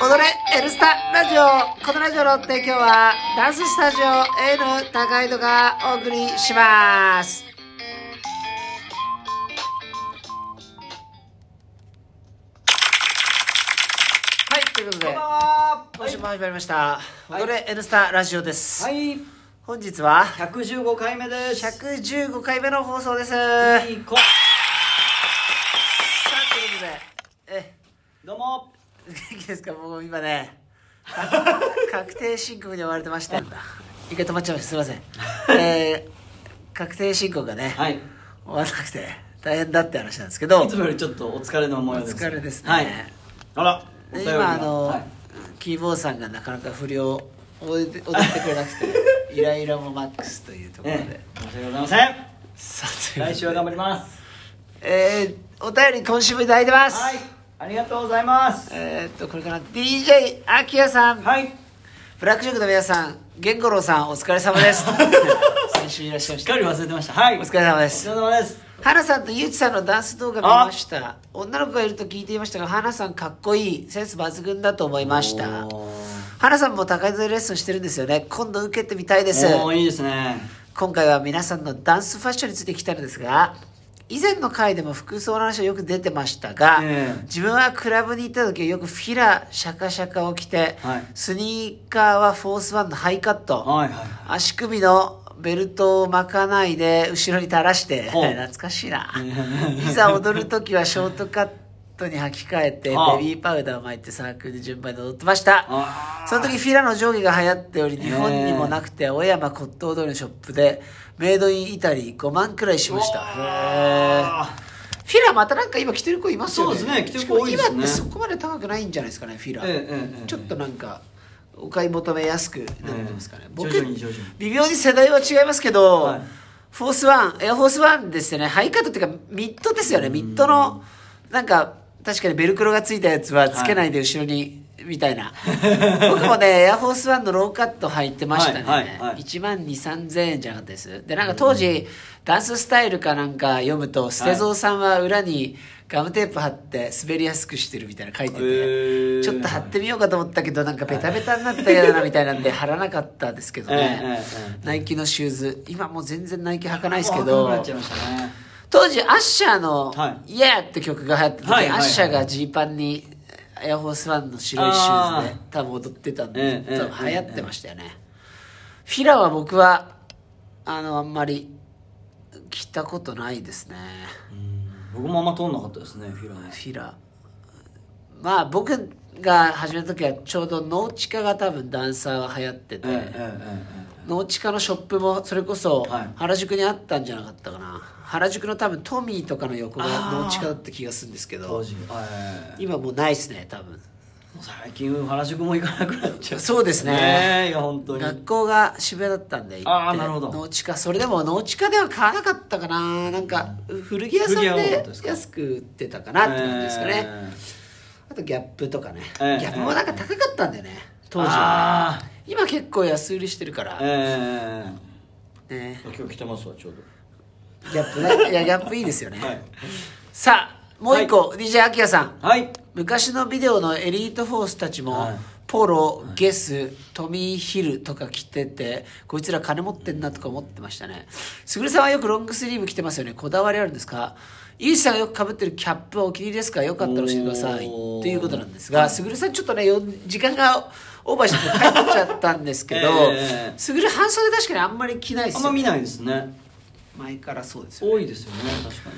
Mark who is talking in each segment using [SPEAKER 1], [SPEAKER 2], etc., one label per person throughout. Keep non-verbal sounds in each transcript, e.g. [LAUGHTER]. [SPEAKER 1] 踊れ「L スタ」ラジオこのラジオの提供はダンススタジオ A の高井戸がお送りしますはいということで
[SPEAKER 2] は
[SPEAKER 1] 今週も始まりました「
[SPEAKER 2] はい
[SPEAKER 1] 踊れ N スタ」ラジオです、
[SPEAKER 2] い、
[SPEAKER 1] 本日は
[SPEAKER 2] 百十五回目です。
[SPEAKER 1] 115回目の放送です
[SPEAKER 2] いい子。
[SPEAKER 1] さあということでえ
[SPEAKER 2] どうも。
[SPEAKER 1] [LAUGHS] 元気ですか僕今ね確確定申告に追われてまして一回止まっちゃいましたすいませんえー、確定申告がね、
[SPEAKER 2] はい。い
[SPEAKER 1] 終わらなくて大変だって話なんですけど
[SPEAKER 2] つもよりちょっとお疲れの思いです。
[SPEAKER 1] お疲れですね
[SPEAKER 2] はい。あら。お
[SPEAKER 1] で
[SPEAKER 2] 便りが
[SPEAKER 1] 今あの、
[SPEAKER 2] はい
[SPEAKER 1] キーボーさんがなかなか不良を踊って踊ってくれなく
[SPEAKER 2] [LAUGHS]
[SPEAKER 1] てイライラもマックスというところで、
[SPEAKER 2] ね、申し訳ございません。
[SPEAKER 1] さあということで
[SPEAKER 2] 来週は頑張ります。
[SPEAKER 1] えー、お便り今週もいただいてます、
[SPEAKER 2] はい。ありがとうございます。
[SPEAKER 1] えー、っとこれから DJ アキヤさん
[SPEAKER 2] はい。
[SPEAKER 1] ブラックジョークの皆さん、ゲンゴロウさんお疲れ様
[SPEAKER 2] [LAUGHS]
[SPEAKER 1] です。先週いらっしゃいまし。
[SPEAKER 2] したっかり忘れてました。はい。
[SPEAKER 1] お疲れ様です
[SPEAKER 2] お疲れ様です。
[SPEAKER 1] 花さんとゆうちさんのダンス動画見ました。女の子がいると聞いていましたが、花さんかっこいい、センス抜群だと思いました。
[SPEAKER 2] おー
[SPEAKER 1] 花さんも高いでレッスンしてるんですよね。今度受けてみたいです。
[SPEAKER 2] おーいいですね。
[SPEAKER 1] 今回は皆さんのダンスファッションについて聞きたいのですが以前の回でも服装の話はよく出てましたが、
[SPEAKER 2] ええ
[SPEAKER 1] 自分はクラブに行った時はよくフィラシャカシャカを着て、
[SPEAKER 2] はい
[SPEAKER 1] スニーカーはフォースワンのハイカット、
[SPEAKER 2] はいはいは
[SPEAKER 1] 足首のベルトを巻かないで後ろに垂らして
[SPEAKER 2] ほう
[SPEAKER 1] [LAUGHS] 懐かしいないざ踊る時はショートカットに履き替えてベ
[SPEAKER 2] はあ
[SPEAKER 1] ビーパウダーを巻いてサークルで順番に踊ってました
[SPEAKER 2] あー
[SPEAKER 1] その時フィラの上下が流行っており日本にもなくて青山骨董通りのショップでメイドインイタリー5万くらいしました
[SPEAKER 2] う
[SPEAKER 1] へーフィラまたなんか今着てる子いますよね
[SPEAKER 2] そうですね着てる子多いですね
[SPEAKER 1] しかも今ってそこまで高くないんじゃないですかねフィラ、
[SPEAKER 2] ええええええ
[SPEAKER 1] ちょっとなんかお買い求めやすくなってますかね、
[SPEAKER 2] ええ
[SPEAKER 1] 僕
[SPEAKER 2] 徐々に徐々に
[SPEAKER 1] 微妙に世代は違いますけど、
[SPEAKER 2] はい
[SPEAKER 1] フォースワンエアフォースワンですよねハイカットっていうかミッドですよねミッドのなんか確かにベルクロがついたやつはつけないで後ろに、みたい
[SPEAKER 2] [LAUGHS]
[SPEAKER 1] な [LAUGHS] 僕もねエアフォースワンのローカット履いてましたね、
[SPEAKER 2] はいはいはい
[SPEAKER 1] 1万2 3 0 0円じゃなかったですでなんか当時、ダンススタイルかなんか読むと捨蔵さんは裏にガムテープ貼って滑りやすくしてるみたいなの書いてて、
[SPEAKER 2] へー
[SPEAKER 1] ちょっと貼ってみようかと思ったけどなんかベタベタになったら嫌だなみたいなん
[SPEAKER 2] [LAUGHS]
[SPEAKER 1] で貼らなかったですけどね、
[SPEAKER 2] えええ
[SPEAKER 1] ナイキのシューズ今もう全然ナイキ履かない
[SPEAKER 2] い
[SPEAKER 1] ですけ
[SPEAKER 2] わかんなくな
[SPEAKER 1] ど
[SPEAKER 2] っちゃいましたね。
[SPEAKER 1] 当時アッシャーの
[SPEAKER 2] は
[SPEAKER 1] 「イエーって曲が流行ってて、
[SPEAKER 2] はいはいはい
[SPEAKER 1] アッシャーがジーパンにエアホースワンの白いシューズで
[SPEAKER 2] あ
[SPEAKER 1] 多分踊ってたんで
[SPEAKER 2] え、え
[SPEAKER 1] 多
[SPEAKER 2] え
[SPEAKER 1] 分
[SPEAKER 2] え
[SPEAKER 1] 流行ってましたよね、フィラは僕はあのあんまり着たことないですね
[SPEAKER 2] うん僕もあんま通んなかったですね、フィラね。
[SPEAKER 1] フィラまあ僕が始めた時はちょうど農地下が多分ダンサーが流行ってて、
[SPEAKER 2] ええええええ
[SPEAKER 1] 農地下のショップもそれこそ
[SPEAKER 2] はい
[SPEAKER 1] 原宿にあったんじゃなかったかな、原宿の多分トミーとかの横が
[SPEAKER 2] あー
[SPEAKER 1] 農地下だった気がするんですけ
[SPEAKER 2] 当
[SPEAKER 1] ど
[SPEAKER 2] 時はい
[SPEAKER 1] 今もうないですね多分
[SPEAKER 2] もう最近原宿も行かなくなっちゃう
[SPEAKER 1] そうですね
[SPEAKER 2] ねえいや本当に
[SPEAKER 1] 学校が渋谷だったんで行って
[SPEAKER 2] あーなるほど
[SPEAKER 1] 農地下それでも農地下では買わなかったかななんか古着屋さん
[SPEAKER 2] 古着屋多かっ
[SPEAKER 1] で
[SPEAKER 2] たですか
[SPEAKER 1] 安く売ってたかなって感じですかね、
[SPEAKER 2] ええ
[SPEAKER 1] あとギャップとかね、
[SPEAKER 2] ええ
[SPEAKER 1] ギャップもなんか高かったんだよね、当時は
[SPEAKER 2] あ
[SPEAKER 1] ね今結構安売りしてるから、
[SPEAKER 2] ーえ
[SPEAKER 1] ね
[SPEAKER 2] え今日来てますわちょう
[SPEAKER 1] ギャップねいやギャップいいですよね、
[SPEAKER 2] ど [LAUGHS] はい
[SPEAKER 1] さあもう一個、DJ アキヤさん
[SPEAKER 2] はい
[SPEAKER 1] 昔のビデオのエリートフォースたちも、
[SPEAKER 2] はい
[SPEAKER 1] ポロゲストミー・ヒルとか着ててこいつら金持ってんなとか思ってましたねすぐるさんはよくロングスリーブ着てますよねこだわりあるんですかイースさんがよくかぶってるキャップはお気に入りですかよかったら教えてください
[SPEAKER 2] おー
[SPEAKER 1] ということなんですがすぐるさんちょっとねよ時間がオーバーして帰っちゃったんですけど
[SPEAKER 2] [LAUGHS] ええ
[SPEAKER 1] すぐる半袖確かにあんまり着ないで
[SPEAKER 2] あん
[SPEAKER 1] す
[SPEAKER 2] ま
[SPEAKER 1] よ
[SPEAKER 2] 見ないですね
[SPEAKER 1] 前からそうですよ
[SPEAKER 2] 多いですよね確か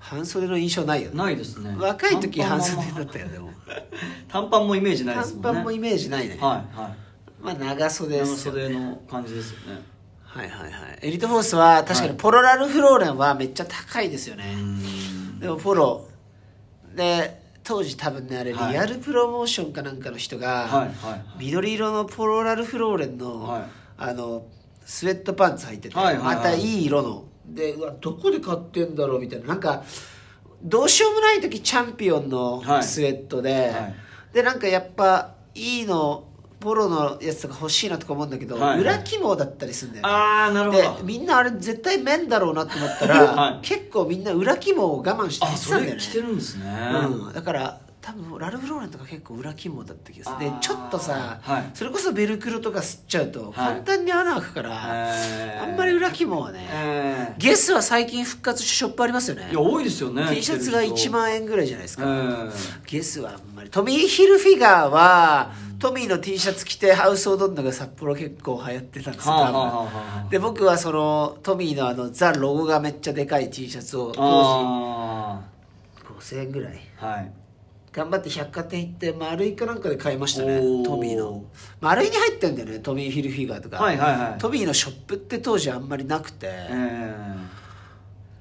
[SPEAKER 1] 半袖の印象ないよ
[SPEAKER 2] に
[SPEAKER 1] ね
[SPEAKER 2] ないですね
[SPEAKER 1] 若い時半袖だ
[SPEAKER 2] 短
[SPEAKER 1] ったよでも
[SPEAKER 2] パンも [LAUGHS] 短パンもイメージないです
[SPEAKER 1] 短
[SPEAKER 2] もんね
[SPEAKER 1] パンもイ
[SPEAKER 2] メ
[SPEAKER 1] メージないね、
[SPEAKER 2] はいはい
[SPEAKER 1] まあ長袖で
[SPEAKER 2] 長
[SPEAKER 1] すよね
[SPEAKER 2] 袖の感じですよね
[SPEAKER 1] はいはいはいエリートフォースは確かにポロラルフローレンはめっちゃ高いですよね、でもポロで当時多分ねあれリ
[SPEAKER 2] はい
[SPEAKER 1] アルプロモーションかなんかの人が、
[SPEAKER 2] はいはいはい
[SPEAKER 1] 緑色のポロラルフローレンの、
[SPEAKER 2] はい
[SPEAKER 1] あのスウェットパンツ履いてて、
[SPEAKER 2] はいはいはい
[SPEAKER 1] またいい色のでうわどこで買ってんだろうみたいななんかどうしようもない時チャンピオンの
[SPEAKER 2] はい
[SPEAKER 1] スウェットで、
[SPEAKER 2] はい
[SPEAKER 1] でなんかやっぱいいのポロのやつとか欲しいなとか思うんだけど、
[SPEAKER 2] はいはい
[SPEAKER 1] 裏起毛だったりするんだよね
[SPEAKER 2] ああなるほ
[SPEAKER 1] で
[SPEAKER 2] ど
[SPEAKER 1] みんなあれ絶対麺だろうなと思ったら、
[SPEAKER 2] はい
[SPEAKER 1] 結構みんな裏肝を我慢して
[SPEAKER 2] あ
[SPEAKER 1] やって
[SPEAKER 2] そ
[SPEAKER 1] たんだよ
[SPEAKER 2] れ
[SPEAKER 1] ね
[SPEAKER 2] 着てるんですね
[SPEAKER 1] うん、だから多分ラルフ・ローレンとか結構裏肝だった気がする
[SPEAKER 2] あ
[SPEAKER 1] で
[SPEAKER 2] ー
[SPEAKER 1] ちょっとさ、
[SPEAKER 2] はい
[SPEAKER 1] それこそベルクロとか吸っちゃうと
[SPEAKER 2] はい
[SPEAKER 1] 簡単に穴開くから、
[SPEAKER 2] え
[SPEAKER 1] あ
[SPEAKER 2] ー
[SPEAKER 1] んまり裏肝はね、
[SPEAKER 2] え
[SPEAKER 1] ゲスは最近復活ショップありますよね
[SPEAKER 2] ーいや多いですよね
[SPEAKER 1] T シャツが1万円ぐらいじゃないです
[SPEAKER 2] え
[SPEAKER 1] か、
[SPEAKER 2] ー
[SPEAKER 1] ゲスはあんまりトミー・ヒルフィガーはトミーの T シャツ着てハウスを踊るのが札幌結構流行ってたんですよ、
[SPEAKER 2] はあ
[SPEAKER 1] 多分
[SPEAKER 2] はあはあはあ
[SPEAKER 1] で僕はそのトミーのあのザ・ロゴがめっちゃでかい T シャツを当
[SPEAKER 2] あ
[SPEAKER 1] 時5000円ぐらい
[SPEAKER 2] ーはい
[SPEAKER 1] 頑張って百貨店行って丸いかなんかで買いましたね
[SPEAKER 2] おー
[SPEAKER 1] トミーの丸いに入ってんだよねトミー・ヒルフィガーとか、
[SPEAKER 2] はいはいはい
[SPEAKER 1] トミーのショップって当時あんまりなくて、
[SPEAKER 2] え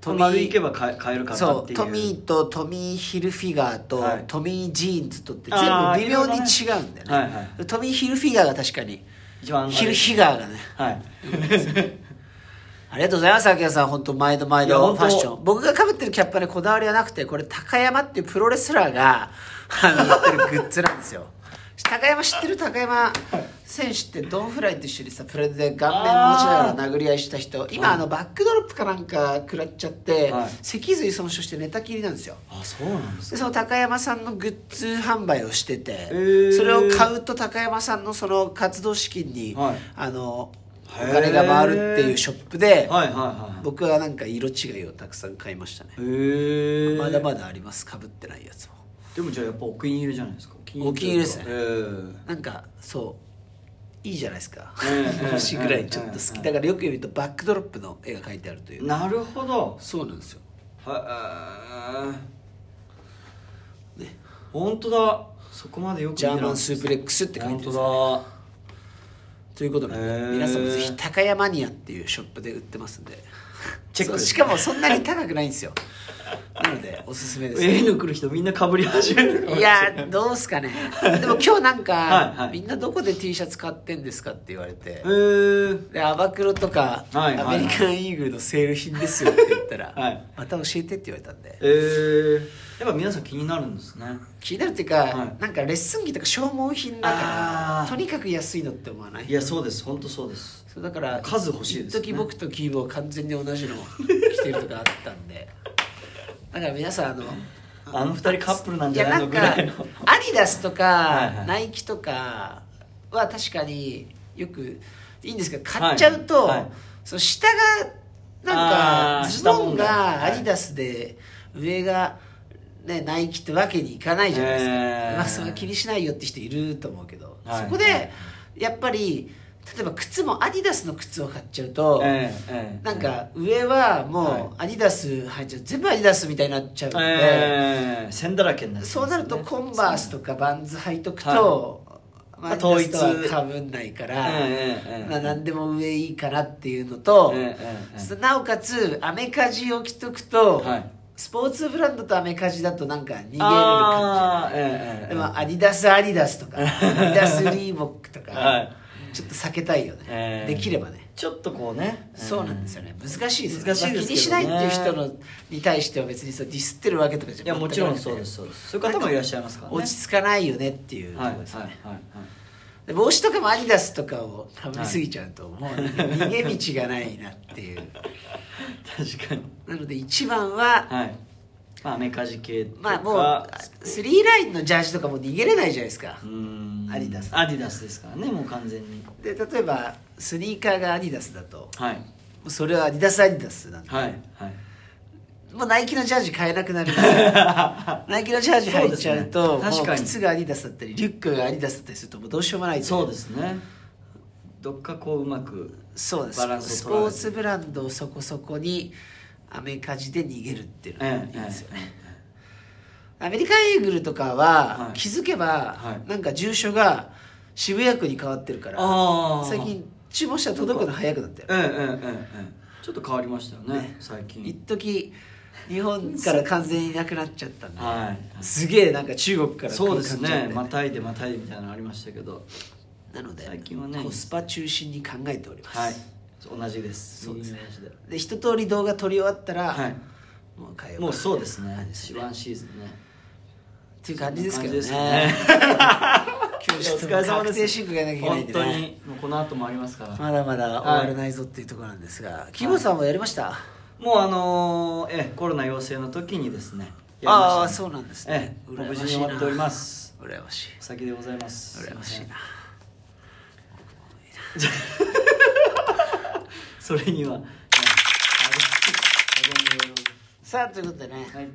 [SPEAKER 1] ト
[SPEAKER 2] ト
[SPEAKER 1] ミ
[SPEAKER 2] ミ
[SPEAKER 1] ー
[SPEAKER 2] ー丸いけば買え買えるかった
[SPEAKER 1] そ
[SPEAKER 2] って
[SPEAKER 1] う
[SPEAKER 2] いう
[SPEAKER 1] トミーとトミー・ヒルフィガーと、
[SPEAKER 2] はい
[SPEAKER 1] トミー・ジーンズとって全
[SPEAKER 2] あ
[SPEAKER 1] 部
[SPEAKER 2] ー
[SPEAKER 1] 微妙に違うんだよね
[SPEAKER 2] はいは
[SPEAKER 1] トミー・ヒルフィガーが確かに
[SPEAKER 2] 一番あれ
[SPEAKER 1] ヒルフィガーがね [LAUGHS]
[SPEAKER 2] はい
[SPEAKER 1] ありがとうございます、秋谷さん。本当毎度毎
[SPEAKER 2] いや
[SPEAKER 1] 度
[SPEAKER 2] 本
[SPEAKER 1] フ
[SPEAKER 2] 当
[SPEAKER 1] ァッション。僕が被ってるキャップはね、こだわりはなくて、これ、高山っていうプロレスラーが、あの、やってるグッズなんですよ。 [LAUGHS] 高山知ってる高山選手ってドンフライと一緒にさ、プレーで顔面持ちながら殴り合いした人、今、あの、バックドロップかなんか食らっちゃって、
[SPEAKER 2] はい
[SPEAKER 1] 脊髄損傷して寝たきりなんですよ。
[SPEAKER 2] あそうなんですか
[SPEAKER 1] でその高山さんのグッズ販売をしてて、
[SPEAKER 2] ー
[SPEAKER 1] それを買うと高山さんのその活動資金に、
[SPEAKER 2] はい
[SPEAKER 1] あのお
[SPEAKER 2] へー
[SPEAKER 1] 金が回るっていうショップで、
[SPEAKER 2] はいはいはい
[SPEAKER 1] 僕はなんか色違いをたくさん買いましたね、
[SPEAKER 2] へえ
[SPEAKER 1] まだまだありますかぶってないやつも
[SPEAKER 2] でもじゃあやっぱお気に入りじゃないですかお気
[SPEAKER 1] お気に入りですね
[SPEAKER 2] えー
[SPEAKER 1] なんかそういいじゃないですか
[SPEAKER 2] え
[SPEAKER 1] [LAUGHS]
[SPEAKER 2] え
[SPEAKER 1] 私ぐらいちょっと好
[SPEAKER 2] え
[SPEAKER 1] き
[SPEAKER 2] え
[SPEAKER 1] だからよく見るとバックドロップの絵が描いてあるという
[SPEAKER 2] なるほど
[SPEAKER 1] そうなんですよ
[SPEAKER 2] はえー
[SPEAKER 1] ね
[SPEAKER 2] 本当だそこまでよく見
[SPEAKER 1] ジ
[SPEAKER 2] てな
[SPEAKER 1] ャ
[SPEAKER 2] い
[SPEAKER 1] ーマンスープレックスって書いてあるんですよ
[SPEAKER 2] 本
[SPEAKER 1] ということなんで、
[SPEAKER 2] へー
[SPEAKER 1] 皆さんもぜひ高山マニアっていうショップで売ってますん
[SPEAKER 2] [LAUGHS]
[SPEAKER 1] で
[SPEAKER 2] チェック
[SPEAKER 1] そう
[SPEAKER 2] です
[SPEAKER 1] しかもそんなに高くないんですよなのでおすすめ
[SPEAKER 2] 当
[SPEAKER 1] で
[SPEAKER 2] だ
[SPEAKER 1] す、
[SPEAKER 2] A の来る人みんなかぶり始めるかも
[SPEAKER 1] いやーどうすかねでも今日なんか、
[SPEAKER 2] [LAUGHS] はいは
[SPEAKER 1] み
[SPEAKER 2] い
[SPEAKER 1] んなどこで T シャツ買ってんですかって言われて
[SPEAKER 2] え、ー、
[SPEAKER 1] でアバクロとか、
[SPEAKER 2] はいはいはい
[SPEAKER 1] アメリカンイーグルのセール品ですよって言ったら、
[SPEAKER 2] はい
[SPEAKER 1] また教えてって言われたんで
[SPEAKER 2] えー、やっぱ皆さん気になるんですね
[SPEAKER 1] 気になるっていうか、
[SPEAKER 2] はい
[SPEAKER 1] なんかレッスン着とか消耗品だか
[SPEAKER 2] あ
[SPEAKER 1] ら
[SPEAKER 2] ー
[SPEAKER 1] とにかく安いのって思わない
[SPEAKER 2] いやそうです本当そうです
[SPEAKER 1] そうだから
[SPEAKER 2] 数欲しいですね
[SPEAKER 1] 一時僕とキーボー完全に同じのを着てるとかあったんでだから皆さんあの
[SPEAKER 2] あの二人カップルなん
[SPEAKER 1] い
[SPEAKER 2] じゃ
[SPEAKER 1] やな
[SPEAKER 2] な
[SPEAKER 1] い
[SPEAKER 2] の
[SPEAKER 1] ん
[SPEAKER 2] ぐ
[SPEAKER 1] から
[SPEAKER 2] いの
[SPEAKER 1] アディダスとか、
[SPEAKER 2] はいはい
[SPEAKER 1] ナイキとかは確かによくいいんですけど買っちゃうと、
[SPEAKER 2] はいはい
[SPEAKER 1] その下がなんか
[SPEAKER 2] あー
[SPEAKER 1] ズボン
[SPEAKER 2] 下も
[SPEAKER 1] が
[SPEAKER 2] ねは
[SPEAKER 1] ア
[SPEAKER 2] い
[SPEAKER 1] ディダスで上が、ね、ナイキってわけにいかないじゃないですか、
[SPEAKER 2] えー
[SPEAKER 1] まあ、それ気にしないよって人いると思うけど、
[SPEAKER 2] はい
[SPEAKER 1] そこでやっぱり例えば靴もアディダスの靴を買っちゃうと。
[SPEAKER 2] ええええ
[SPEAKER 1] なんか上はもうアディダス入っちゃう全部アディダスみたいになっちゃうんで、
[SPEAKER 2] ええ線だらけになりますね
[SPEAKER 1] そうなるとコンバースとかバンズ履いとくと、
[SPEAKER 2] はい
[SPEAKER 1] まあ
[SPEAKER 2] 統一
[SPEAKER 1] アディダスとは被んないから、
[SPEAKER 2] ええええ
[SPEAKER 1] まあ、何でも上いいかなっていうのと、
[SPEAKER 2] えええええ
[SPEAKER 1] なおかつアメカジを着とくと、
[SPEAKER 2] はい
[SPEAKER 1] スポーツブランドとアメカジだとなんか逃げれる
[SPEAKER 2] あ
[SPEAKER 1] 感
[SPEAKER 2] ーええ
[SPEAKER 1] じ
[SPEAKER 2] ええ
[SPEAKER 1] でもアディダスアディダスとかアディダスリーボックとか、
[SPEAKER 2] [LAUGHS] はい
[SPEAKER 1] ちょっと避けたいよね、
[SPEAKER 2] ええ
[SPEAKER 1] できればね
[SPEAKER 2] ちょっとこうね
[SPEAKER 1] そうなんですよね難しいですよね
[SPEAKER 2] 難しいですけどね
[SPEAKER 1] 気にしないっていう人のに対しては別にさディスってるわけとかじゃ
[SPEAKER 2] いやもちろんそうです
[SPEAKER 1] 全く
[SPEAKER 2] そうですそういう方もいらっしゃいますから
[SPEAKER 1] な
[SPEAKER 2] ね
[SPEAKER 1] くて落ち着かないよねっていうとこ
[SPEAKER 2] はい
[SPEAKER 1] ろ
[SPEAKER 2] はい
[SPEAKER 1] ですね、
[SPEAKER 2] はい
[SPEAKER 1] で帽子とかもアディダスとかをかぶりすぎちゃうと、もう逃げ道がないなっていう
[SPEAKER 2] 確かに
[SPEAKER 1] なので一番は
[SPEAKER 2] はいまあアメカジ系と
[SPEAKER 1] ま
[SPEAKER 2] か
[SPEAKER 1] あもうスリーラインのジャージとかも逃げれないじゃないですか
[SPEAKER 2] うーん
[SPEAKER 1] アディダス
[SPEAKER 2] アディダスですからねもう完全に
[SPEAKER 1] で例えばスニーカーがアディダスだとも
[SPEAKER 2] はいう
[SPEAKER 1] それはアディダスアディダスなんで、
[SPEAKER 2] はいはい
[SPEAKER 1] もうナイキのジャージ買えなくなり [LAUGHS] ますよナイキのジャージ履いちゃうと
[SPEAKER 2] そうですね確かに
[SPEAKER 1] もう靴がアディダスだったりリュックがアディダスだったりするともうどうしよう [LAUGHS] もない
[SPEAKER 2] そうですすねどっかこううまく
[SPEAKER 1] そうです
[SPEAKER 2] バランス
[SPEAKER 1] ス
[SPEAKER 2] を取ら
[SPEAKER 1] ポ
[SPEAKER 2] れ
[SPEAKER 1] ー
[SPEAKER 2] て
[SPEAKER 1] ツブランドをそこそこにアメカジで逃げるっていうのがいいですよね、アメリカンイーグルとかは
[SPEAKER 2] はい
[SPEAKER 1] 気づけば、
[SPEAKER 2] はい
[SPEAKER 1] なんか住所が渋谷区に変わってるから
[SPEAKER 2] あー
[SPEAKER 1] 最近注文したら届くの早くなったよ
[SPEAKER 2] ええええええちょっと変わりましたよね最
[SPEAKER 1] 一
[SPEAKER 2] 近
[SPEAKER 1] 時日本から完全にいなくなっちゃったんで、
[SPEAKER 2] はい
[SPEAKER 1] すげえなんか中国から来る
[SPEAKER 2] そう
[SPEAKER 1] 感
[SPEAKER 2] で
[SPEAKER 1] じなん
[SPEAKER 2] す
[SPEAKER 1] だよ
[SPEAKER 2] ねまたいでまたいでみたいなのありましたけど
[SPEAKER 1] なので
[SPEAKER 2] 最近はね
[SPEAKER 1] コスパ中心に考えております、
[SPEAKER 2] はい同じです
[SPEAKER 1] そうですね
[SPEAKER 2] 同じで
[SPEAKER 1] で一通り動画撮り終わったら、
[SPEAKER 2] はい
[SPEAKER 1] もう変えようかな
[SPEAKER 2] もうそうですね
[SPEAKER 1] 感じ
[SPEAKER 2] 一番シーズンね
[SPEAKER 1] っていう感じですけど
[SPEAKER 2] [LAUGHS]
[SPEAKER 1] ね
[SPEAKER 2] そんな感じですね
[SPEAKER 1] 今日ちょっと
[SPEAKER 2] お疲れ様
[SPEAKER 1] 確定申告がなきゃいけないんでね
[SPEAKER 2] 本当にもうこの後もありますから、
[SPEAKER 1] まだまだ終わらないぞっていうところなんですが、キムさんもやりました、
[SPEAKER 2] もうあのーええコロナ陽性の時にですねりました
[SPEAKER 1] ああそうなんですね
[SPEAKER 2] ええ無事に終わっております
[SPEAKER 1] 羨ましい
[SPEAKER 2] お先でございます
[SPEAKER 1] 羨ましいな
[SPEAKER 2] すいませんそれにははい
[SPEAKER 1] さあということでね、
[SPEAKER 2] はい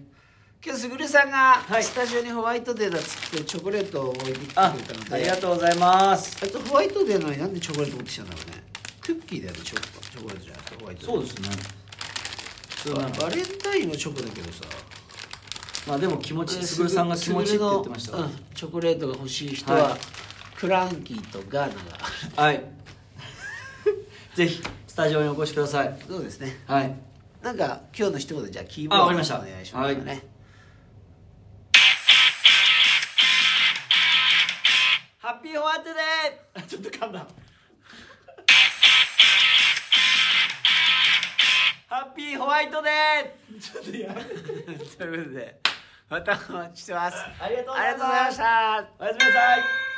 [SPEAKER 1] 今日すぐるさんが
[SPEAKER 2] はい
[SPEAKER 1] スタジオにホワイトデーだっつってチョコレートを置いてきてくれた
[SPEAKER 2] あ
[SPEAKER 1] ので、
[SPEAKER 2] ありがとうございます
[SPEAKER 1] あとホワイトデーなのになんでチョコレート持ってきたんだろうねクッキーだよねチョコチョコレートじゃなくてホワイトデー
[SPEAKER 2] そうですねそうなんか
[SPEAKER 1] バレンタインはチョコだけどさ
[SPEAKER 2] まあでも気持ちすぐるさんが気持ちいいって言ってました
[SPEAKER 1] う
[SPEAKER 2] わ
[SPEAKER 1] ん、チョコレートが欲しい人は、
[SPEAKER 2] はい
[SPEAKER 1] クランキーとガーナが
[SPEAKER 2] はいぜひスタジオにお越しください
[SPEAKER 1] そうですね
[SPEAKER 2] はい
[SPEAKER 1] なんか今日の一言じゃあキーボ
[SPEAKER 2] あわ
[SPEAKER 1] ー
[SPEAKER 2] か
[SPEAKER 1] ド
[SPEAKER 2] り
[SPEAKER 1] お願
[SPEAKER 2] ま
[SPEAKER 1] い
[SPEAKER 2] し
[SPEAKER 1] したますね、
[SPEAKER 2] はいハッピーホワイトデー [LAUGHS] ちょっと
[SPEAKER 1] [LAUGHS]
[SPEAKER 2] 噛んだハッピーホワイトデーちょっとやめて
[SPEAKER 1] ということでまたお待ちしてます
[SPEAKER 2] ありがとうございま
[SPEAKER 1] ありがとう
[SPEAKER 2] す
[SPEAKER 1] ございました
[SPEAKER 2] おやすみなさい